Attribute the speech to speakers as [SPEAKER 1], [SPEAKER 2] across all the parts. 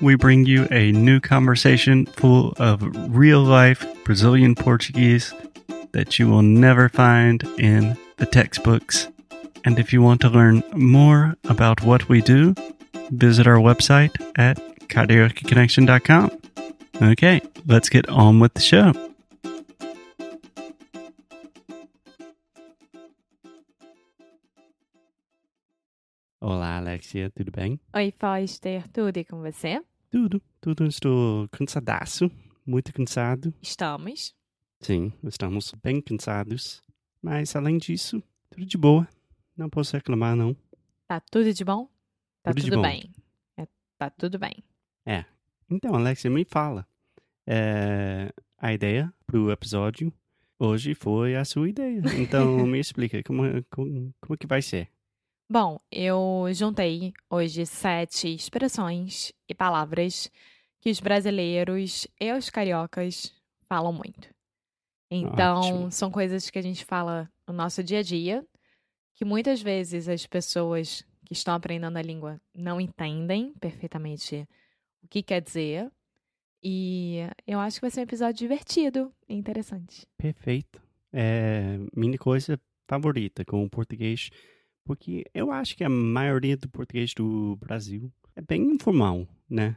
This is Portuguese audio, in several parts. [SPEAKER 1] we bring you a new conversation full of real life Brazilian Portuguese that you will never find in the textbooks. And if you want to learn more about what we do, visit our website at cariocaconnection.com. Okay, let's get on with the show. Olá, Alexia, tudo bem?
[SPEAKER 2] Oi, Foster, tudo e com você?
[SPEAKER 1] Tudo, tudo. Estou cansadaço, muito cansado.
[SPEAKER 2] Estamos.
[SPEAKER 1] Sim, estamos bem cansados. Mas além disso, tudo de boa. Não posso reclamar, não.
[SPEAKER 2] Tá tudo de bom? Tá
[SPEAKER 1] Tudo de
[SPEAKER 2] tudo,
[SPEAKER 1] bom.
[SPEAKER 2] bem. É, tá tudo bem.
[SPEAKER 1] É. Então, Alexia, me fala. É, a ideia pro episódio hoje foi a sua ideia. Então, me explica como, é- como, como que vai ser.
[SPEAKER 2] Bom, eu juntei hoje sete expressões e palavras que os brasileiros e os cariocas falam muito. Então,
[SPEAKER 1] Ótimo.
[SPEAKER 2] são coisas que a gente fala no nosso dia a dia, que muitas vezes as pessoas que estão aprendendo a língua não entendem perfeitamente o que quer dizer. E eu acho que vai ser um episódio divertido e interessante.
[SPEAKER 1] Perfeito. É minha coisa favorita com o português, porque eu acho que a maioria do português do Brasil é bem informal, né?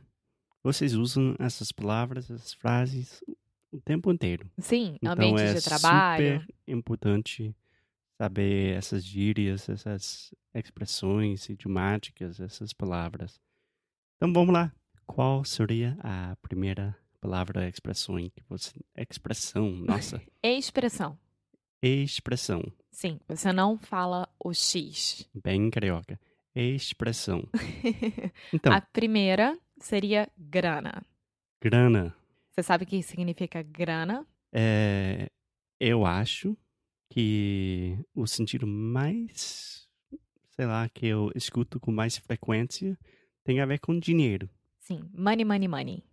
[SPEAKER 1] Vocês usam essas palavras, essas frases o tempo inteiro.
[SPEAKER 2] Sim,
[SPEAKER 1] Então
[SPEAKER 2] ambientes
[SPEAKER 1] é
[SPEAKER 2] de trabalho.
[SPEAKER 1] super importante saber essas gírias, essas expressões idiomáticas, essas palavras. Então vamos lá. Qual seria a primeira palavra, expressão que você expressão, nossa,
[SPEAKER 2] Expressão.
[SPEAKER 1] expressão,
[SPEAKER 2] Sim, você não fala o X.
[SPEAKER 1] bem carioca. Expressão. Então,
[SPEAKER 2] A primeira seria grana.
[SPEAKER 1] grana.
[SPEAKER 2] Você sabe o que significa grana?
[SPEAKER 1] É, eu acho que o sentido mais, sei lá, que eu escuto com mais frequência tem a ver com dinheiro.
[SPEAKER 2] Sim, money, money, money.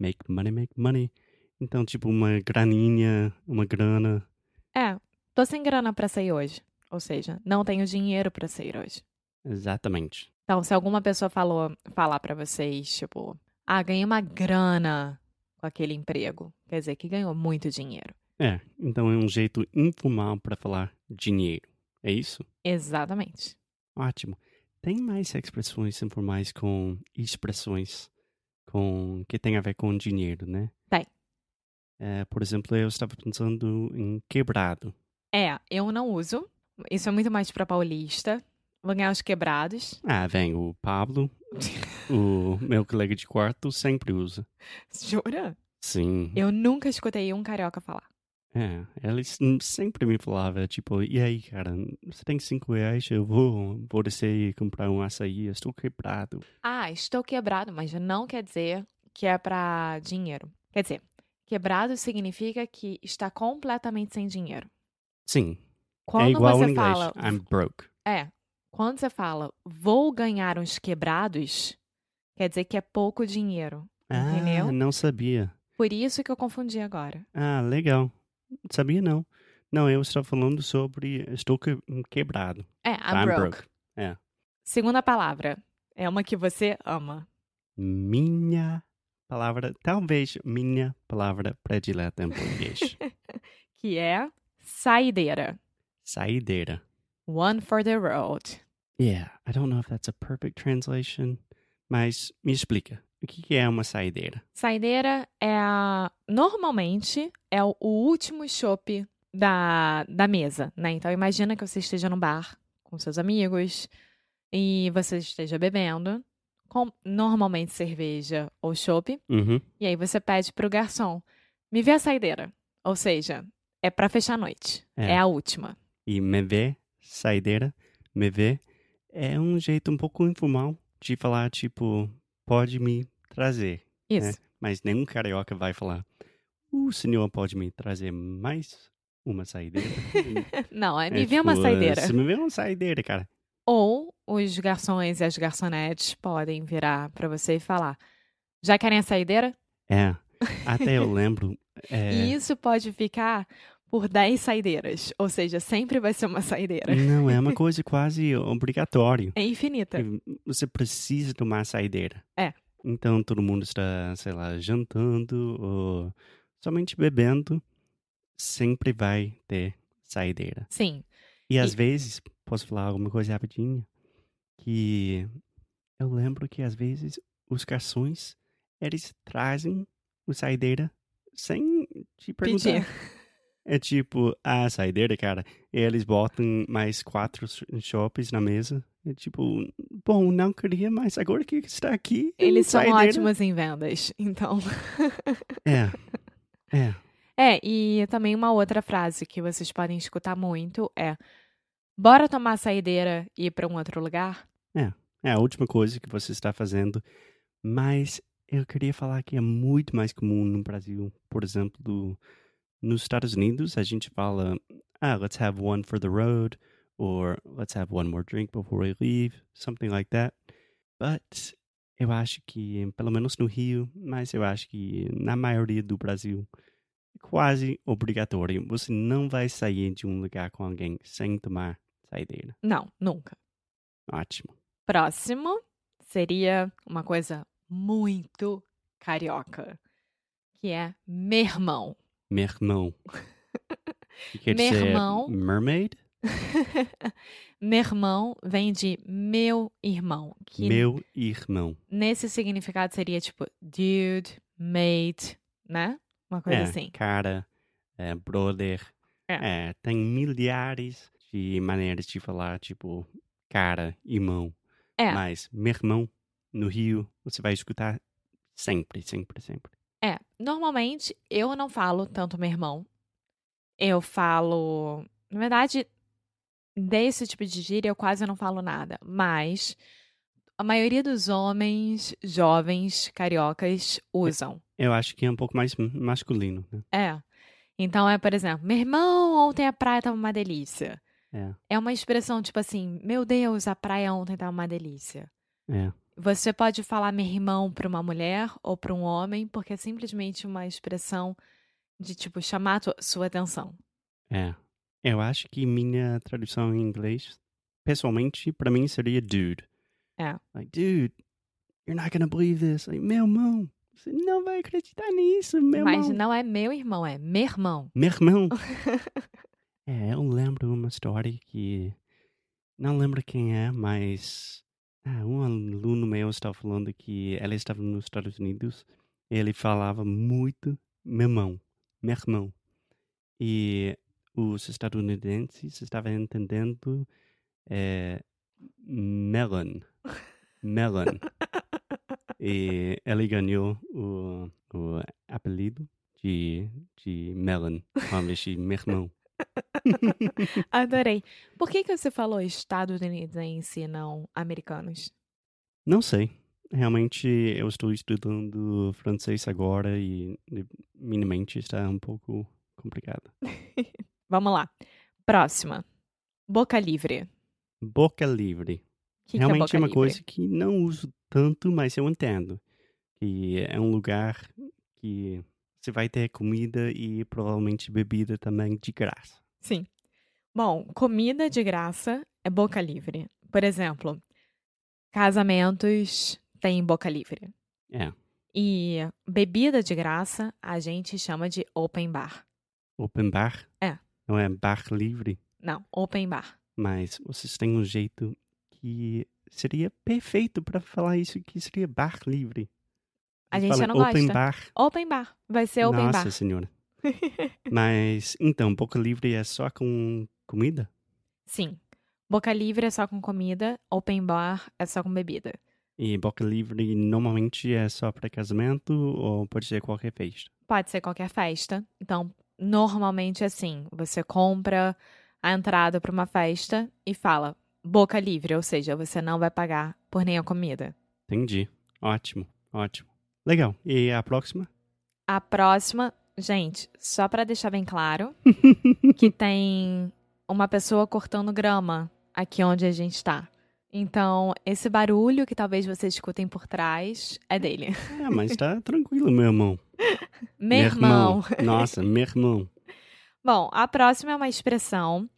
[SPEAKER 1] Make money, make money. Então, tipo, uma graninha, uma grana.
[SPEAKER 2] É, tô sem grana pra sair hoje. Ou seja, não tenho dinheiro pra sair hoje.
[SPEAKER 1] Exatamente.
[SPEAKER 2] Então, se alguma pessoa falou, falar pra vocês, tipo, ah, ganhei uma grana com aquele emprego, quer dizer que ganhou muito dinheiro.
[SPEAKER 1] É, então é um jeito informal para falar dinheiro. É isso?
[SPEAKER 2] Exatamente.
[SPEAKER 1] Ótimo. Tem mais expressões informais com expressões com que tem a ver com dinheiro, né?
[SPEAKER 2] Tem.
[SPEAKER 1] É, por exemplo, eu estava pensando em quebrado.
[SPEAKER 2] É, eu não uso. Isso é muito mais pra paulista. Vou ganhar os quebrados.
[SPEAKER 1] Ah, vem o Pablo, o meu colega de quarto, sempre usa.
[SPEAKER 2] Jura?
[SPEAKER 1] Sim.
[SPEAKER 2] Eu nunca escutei um carioca falar.
[SPEAKER 1] É, ela s- sempre me falava, tipo, e aí, cara, você tem cinco reais, eu vou, vou descer e comprar um açaí, eu estou quebrado.
[SPEAKER 2] Ah, estou quebrado, mas não quer dizer que é pra dinheiro. Quer dizer, quebrado significa que está completamente sem dinheiro.
[SPEAKER 1] Sim,
[SPEAKER 2] Quando
[SPEAKER 1] é igual
[SPEAKER 2] você
[SPEAKER 1] ao inglês,
[SPEAKER 2] fala,
[SPEAKER 1] I'm broke.
[SPEAKER 2] é, quando você fala vou ganhar uns quebrados, quer dizer que é pouco dinheiro,
[SPEAKER 1] Ah,
[SPEAKER 2] entendeu?
[SPEAKER 1] não sabia.
[SPEAKER 2] Por isso que eu confundi agora.
[SPEAKER 1] Ah, legal. Sabia não. Não, eu estava falando sobre estou que- quebrado. tá?
[SPEAKER 2] É, I'm, broke.
[SPEAKER 1] É.
[SPEAKER 2] Segunda palavra, é uma que você ama.
[SPEAKER 1] Minha palavra, talvez minha palavra predileta em português.
[SPEAKER 2] que é saideira.
[SPEAKER 1] Saideira.
[SPEAKER 2] One for the road.
[SPEAKER 1] Yeah, I don't know if that's a perfect translation, mas me explica. O que que é uma saideira?
[SPEAKER 2] Saideira é a- normalmente é o, o último chopp da, da mesa, né? Então imagina que você esteja no bar com seus amigos e você esteja bebendo, com normalmente cerveja ou chopp,
[SPEAKER 1] Uhum.
[SPEAKER 2] e aí você pede pro garçom, me vê a saideira. Ou seja, é pra fechar a noite.
[SPEAKER 1] É.
[SPEAKER 2] É, a última.
[SPEAKER 1] E me vê, saideira, me vê, é um jeito um pouco informal de falar, tipo, pode me trazer.
[SPEAKER 2] Isso.
[SPEAKER 1] Mas nenhum carioca vai falar, O senhor pode me trazer mais uma saideira?
[SPEAKER 2] Não, é
[SPEAKER 1] É
[SPEAKER 2] me vê uma
[SPEAKER 1] tipo,
[SPEAKER 2] saideira.
[SPEAKER 1] "Você me vê uma saideira, cara.
[SPEAKER 2] Ou os garçons e as garçonetes podem virar pra você e falar: já querem a saideira?
[SPEAKER 1] É. Até eu lembro. é,
[SPEAKER 2] E isso pode ficar por 10 saideiras. Ou seja, sempre vai ser uma saideira.
[SPEAKER 1] Não, é uma coisa quase obrigatória.
[SPEAKER 2] É infinita.
[SPEAKER 1] Você precisa tomar a saideira.
[SPEAKER 2] É.
[SPEAKER 1] Então todo mundo está, sei lá, jantando ou somente bebendo. Sempre vai ter saideira.
[SPEAKER 2] Sim.
[SPEAKER 1] E às vezes, posso falar alguma coisa rapidinho? Que eu lembro que às vezes os garçons, eles trazem o saideira sem te perguntar.
[SPEAKER 2] Pedir.
[SPEAKER 1] É tipo, a saideira, cara, eles botam mais quatro sh- shoppings na mesa. É tipo, bom, não queria, mas agora que está aqui.
[SPEAKER 2] Eles são
[SPEAKER 1] É saideira.
[SPEAKER 2] ótimos em vendas. Então.
[SPEAKER 1] É. É.
[SPEAKER 2] É, e também uma outra frase que vocês podem escutar muito é: bora tomar a saideira e ir pra um outro lugar?
[SPEAKER 1] É a última coisa que você está fazendo. Mas eu queria falar que é muito mais comum no Brasil. Por exemplo, do- nos Estados Unidos, a gente fala, ah, let's have one for the road, or let's have one more drink before we leave, something like that. But eu acho que, pelo menos no Rio, mas eu acho que na maioria do Brasil, é quase obrigatório. Você não vai sair de um lugar com alguém sem tomar saideira.
[SPEAKER 2] Não, nunca.
[SPEAKER 1] Ótimo.
[SPEAKER 2] Próximo seria uma coisa muito carioca, que é meu irmão.
[SPEAKER 1] Mermão. Que quer
[SPEAKER 2] Mermão.
[SPEAKER 1] dizer mermaid?
[SPEAKER 2] meu irmão vem de meu irmão, que
[SPEAKER 1] Meu irmão.
[SPEAKER 2] nesse significado seria tipo dude, mate, né? Uma coisa
[SPEAKER 1] é,
[SPEAKER 2] assim.
[SPEAKER 1] Cara, é, brother.
[SPEAKER 2] É.
[SPEAKER 1] É, tem milhares de maneiras de falar, tipo, cara, irmão.
[SPEAKER 2] É.
[SPEAKER 1] Mas mermão, no Rio, você vai escutar sempre, sempre, sempre.
[SPEAKER 2] É, normalmente eu não falo tanto meu irmão. Eu falo. Na verdade, desse tipo de gíria eu quase não falo nada. Mas a maioria dos homens jovens cariocas usam.
[SPEAKER 1] Eu acho que é um pouco mais m- masculino, né?
[SPEAKER 2] É. Então é, por exemplo, meu irmão, ontem a praia tava uma delícia.
[SPEAKER 1] É.
[SPEAKER 2] É uma expressão tipo assim, meu Deus, a praia ontem tava uma delícia.
[SPEAKER 1] É.
[SPEAKER 2] Você pode falar meu irmão para uma mulher ou para um homem, porque é simplesmente uma expressão de tipo chamar tua- sua atenção.
[SPEAKER 1] É. Eu acho que minha tradução em inglês, pessoalmente, pra mim seria dude.
[SPEAKER 2] É.
[SPEAKER 1] Like, dude, you're not gonna believe this. Like, meu irmão, você não vai acreditar nisso, meu
[SPEAKER 2] Mas
[SPEAKER 1] irmão.
[SPEAKER 2] não é meu irmão, é meu irmão.
[SPEAKER 1] Meu irmão. é, eu lembro uma história que. Não lembro quem é, mas. Ah, um aluno meu estava falando que ela estava nos Estados Unidos. Ele falava muito meu irmão, meu irmão. E os estadunidenses estavam entendendo é, melon, melon. e ele ganhou o, o apelido de, de melon, talvez de meu irmão.
[SPEAKER 2] Adorei. Por que, que você falou estadunidense e não americanos?
[SPEAKER 1] Não sei. Realmente, eu estou estudando francês agora e e minha mente está um pouco complicada.
[SPEAKER 2] Vamos lá. Próxima. Boca livre.
[SPEAKER 1] Boca livre.
[SPEAKER 2] O que que
[SPEAKER 1] Realmente
[SPEAKER 2] é, boca
[SPEAKER 1] uma
[SPEAKER 2] livre?
[SPEAKER 1] coisa que não uso tanto, mas eu entendo. Que é um lugar que você vai ter comida e provavelmente bebida também de graça.
[SPEAKER 2] Sim. Bom, comida de graça é boca livre. Por exemplo, casamentos têm boca livre.
[SPEAKER 1] É.
[SPEAKER 2] E bebida de graça a gente chama de open bar.
[SPEAKER 1] Open bar.
[SPEAKER 2] É.
[SPEAKER 1] Não é bar livre,
[SPEAKER 2] Não, open bar.
[SPEAKER 1] mas vocês têm um jeito que seria perfeito para falar isso, que seria bar livre.
[SPEAKER 2] A
[SPEAKER 1] Eles
[SPEAKER 2] gente
[SPEAKER 1] falam
[SPEAKER 2] não
[SPEAKER 1] open
[SPEAKER 2] gosta.
[SPEAKER 1] bar.
[SPEAKER 2] Open bar. Vai ser open
[SPEAKER 1] Nossa
[SPEAKER 2] bar.
[SPEAKER 1] senhora. Mas, então, boca livre é só com comida?
[SPEAKER 2] Sim. Boca livre é só com comida, open bar é só com bebida.
[SPEAKER 1] E boca livre normalmente é só para casamento ou pode ser qualquer festa?
[SPEAKER 2] Pode ser qualquer festa. Então, normalmente é assim, você compra a entrada para uma festa e fala boca livre, ou seja, você não vai pagar por nenhuma comida.
[SPEAKER 1] Entendi. Ótimo, ótimo. Legal. E a próxima?
[SPEAKER 2] A próxima Gente, só pra deixar bem claro que tem uma pessoa cortando grama aqui onde a gente tá. Então, esse barulho que talvez vocês escutem por trás é dele.
[SPEAKER 1] É, mas tá tranquilo, meu irmão.
[SPEAKER 2] Meu irmão.
[SPEAKER 1] Nossa, meu irmão.
[SPEAKER 2] Bom, a próxima é uma expressão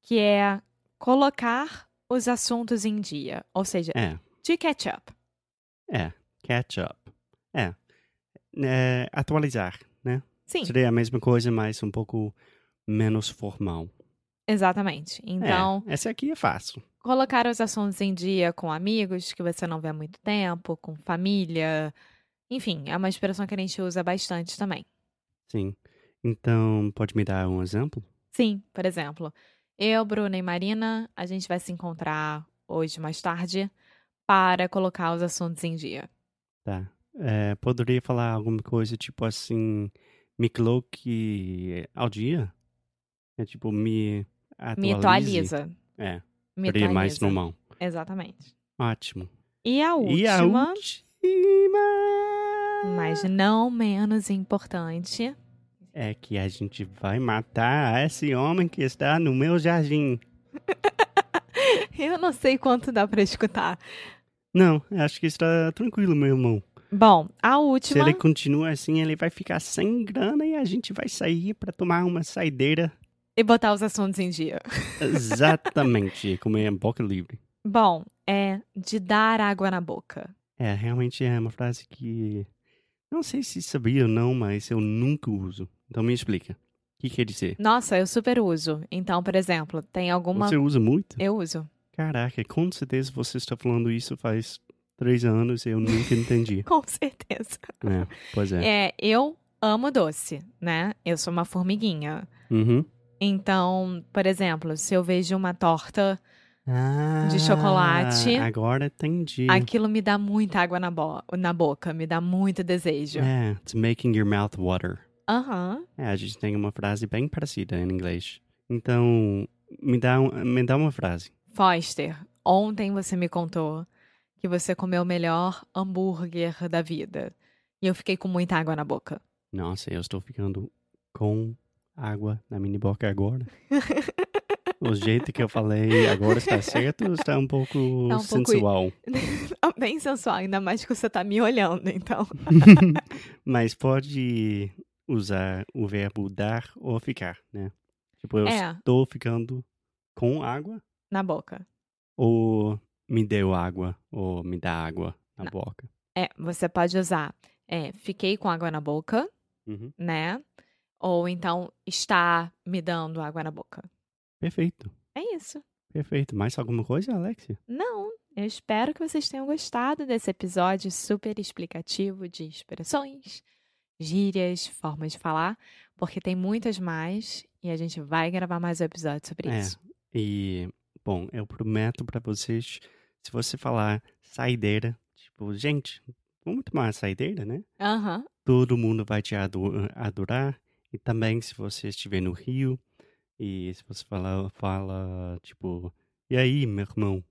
[SPEAKER 2] que é colocar os assuntos em dia, ou seja,
[SPEAKER 1] É,
[SPEAKER 2] to catch up.
[SPEAKER 1] é. Catch up. É. É, Atualizar, né?
[SPEAKER 2] Sim,
[SPEAKER 1] Seria a mesma coisa, mas um pouco menos formal.
[SPEAKER 2] exatamente. Então,
[SPEAKER 1] É, essa aqui é fácil.
[SPEAKER 2] colocar os assuntos em dia com amigos que você não vê há muito tempo, com família. Enfim, é uma expressão que a gente usa bastante também.
[SPEAKER 1] Sim. Então, pode me dar um exemplo?
[SPEAKER 2] Sim, por exemplo, eu, Bruna e Marina, a gente vai se encontrar hoje mais tarde para colocar os assuntos em dia.
[SPEAKER 1] Tá. É, poderia falar alguma coisa tipo assim, me coloque ao dia? É tipo, me atualize.
[SPEAKER 2] Me atualiza.
[SPEAKER 1] É,
[SPEAKER 2] Me
[SPEAKER 1] seria mais
[SPEAKER 2] atualiza.
[SPEAKER 1] normal.
[SPEAKER 2] Exatamente.
[SPEAKER 1] Ótimo.
[SPEAKER 2] E a última,
[SPEAKER 1] E a última
[SPEAKER 2] mas não menos importante,
[SPEAKER 1] é que a gente vai matar esse homem que está no meu jardim.
[SPEAKER 2] eu não sei quanto dá para escutar.
[SPEAKER 1] Não, acho que está tranquilo, meu irmão.
[SPEAKER 2] Tá Bom, a
[SPEAKER 1] Se
[SPEAKER 2] última.
[SPEAKER 1] ele continua assim, ele vai ficar sem grana e a gente vai sair para tomar uma saideira.
[SPEAKER 2] E botar os assuntos em dia.
[SPEAKER 1] Exatamente, comer boca livre.
[SPEAKER 2] Bom, é de dar água na boca.
[SPEAKER 1] É, realmente é uma frase que não sei se sabia ou não, mas eu nunca uso. Então me explica. O que quer dizer?
[SPEAKER 2] Nossa, eu super uso. Então, por exemplo, tem alguma.
[SPEAKER 1] Você usa muito?
[SPEAKER 2] Eu uso.
[SPEAKER 1] Caraca, com certeza você está falando isso faz três anos e eu nunca entendi.
[SPEAKER 2] Com certeza.
[SPEAKER 1] é, pois é.
[SPEAKER 2] É, eu amo doce, né? Eu sou uma formiguinha.
[SPEAKER 1] Uhum.
[SPEAKER 2] Então, por exemplo, se eu vejo uma torta,
[SPEAKER 1] Ah,
[SPEAKER 2] De chocolate.
[SPEAKER 1] Agora entendi.
[SPEAKER 2] aquilo me dá muita água na, bo- na boca, me dá muito desejo.
[SPEAKER 1] É, it's making your mouth water.
[SPEAKER 2] Aham.
[SPEAKER 1] É, a gente tem uma frase bem parecida em inglês. Então, me dá, um- me dá uma frase.
[SPEAKER 2] Foster, ontem você me contou que você comeu o melhor hambúrguer da vida. E eu fiquei com muita água na boca.
[SPEAKER 1] Nossa, eu estou ficando com água na minha boca agora. o jeito que eu falei agora está certo ou está um pouco
[SPEAKER 2] Tá um pouco-
[SPEAKER 1] sensual?
[SPEAKER 2] Tá Bem sensual, ainda mais que você tá me olhando, então.
[SPEAKER 1] Mas pode usar o verbo dar ou ficar, né? Tipo, eu
[SPEAKER 2] É.
[SPEAKER 1] estou ficando com água
[SPEAKER 2] Na boca.
[SPEAKER 1] ou me deu água ou me dá água na
[SPEAKER 2] Não.
[SPEAKER 1] boca.
[SPEAKER 2] É, você pode usar. É, fiquei com água na boca,
[SPEAKER 1] Uhum.
[SPEAKER 2] né? Ou então está me dando água na boca.
[SPEAKER 1] Perfeito,
[SPEAKER 2] É isso.
[SPEAKER 1] perfeito. Mais alguma coisa, Alexia?
[SPEAKER 2] Não, eu espero que vocês tenham gostado desse episódio super explicativo de expressões, gírias, formas de falar, porque tem muitas mais e a gente vai gravar mais um episódio sobre
[SPEAKER 1] É.
[SPEAKER 2] isso.
[SPEAKER 1] E, bom, eu prometo pra vocês, se você falar saideira, tipo, gente, vamos tomar uma saideira, né?
[SPEAKER 2] Aham,
[SPEAKER 1] Todo mundo vai te ado- adorar. E também, se você estiver no Rio, e se você falar, fala, tipo, e aí, meu irmão?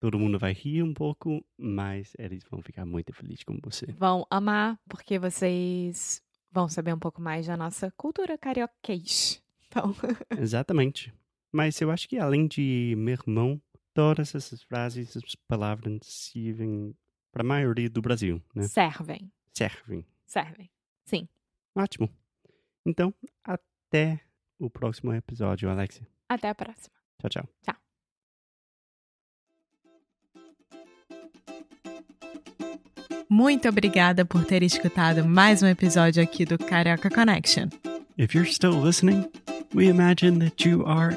[SPEAKER 1] Todo mundo vai rir um pouco, mas eles vão ficar muito felizes com você.
[SPEAKER 2] vão amar porque vocês vão saber um pouco mais da nossa cultura carioquês. Então,
[SPEAKER 1] Exatamente. Mas eu acho que além de meu irmão, todas essas frases, essas palavras servem para a maioria do Brasil, né?
[SPEAKER 2] servem,
[SPEAKER 1] Servem.
[SPEAKER 2] servem. Sim.
[SPEAKER 1] Ótimo. Então, até o próximo episódio, Alexia.
[SPEAKER 2] Até a próxima.
[SPEAKER 1] Tchau, tchau.
[SPEAKER 2] Muito obrigada por ter escutado mais um episódio aqui do Carioca Connection.
[SPEAKER 1] If you're still listening, we imagine that you are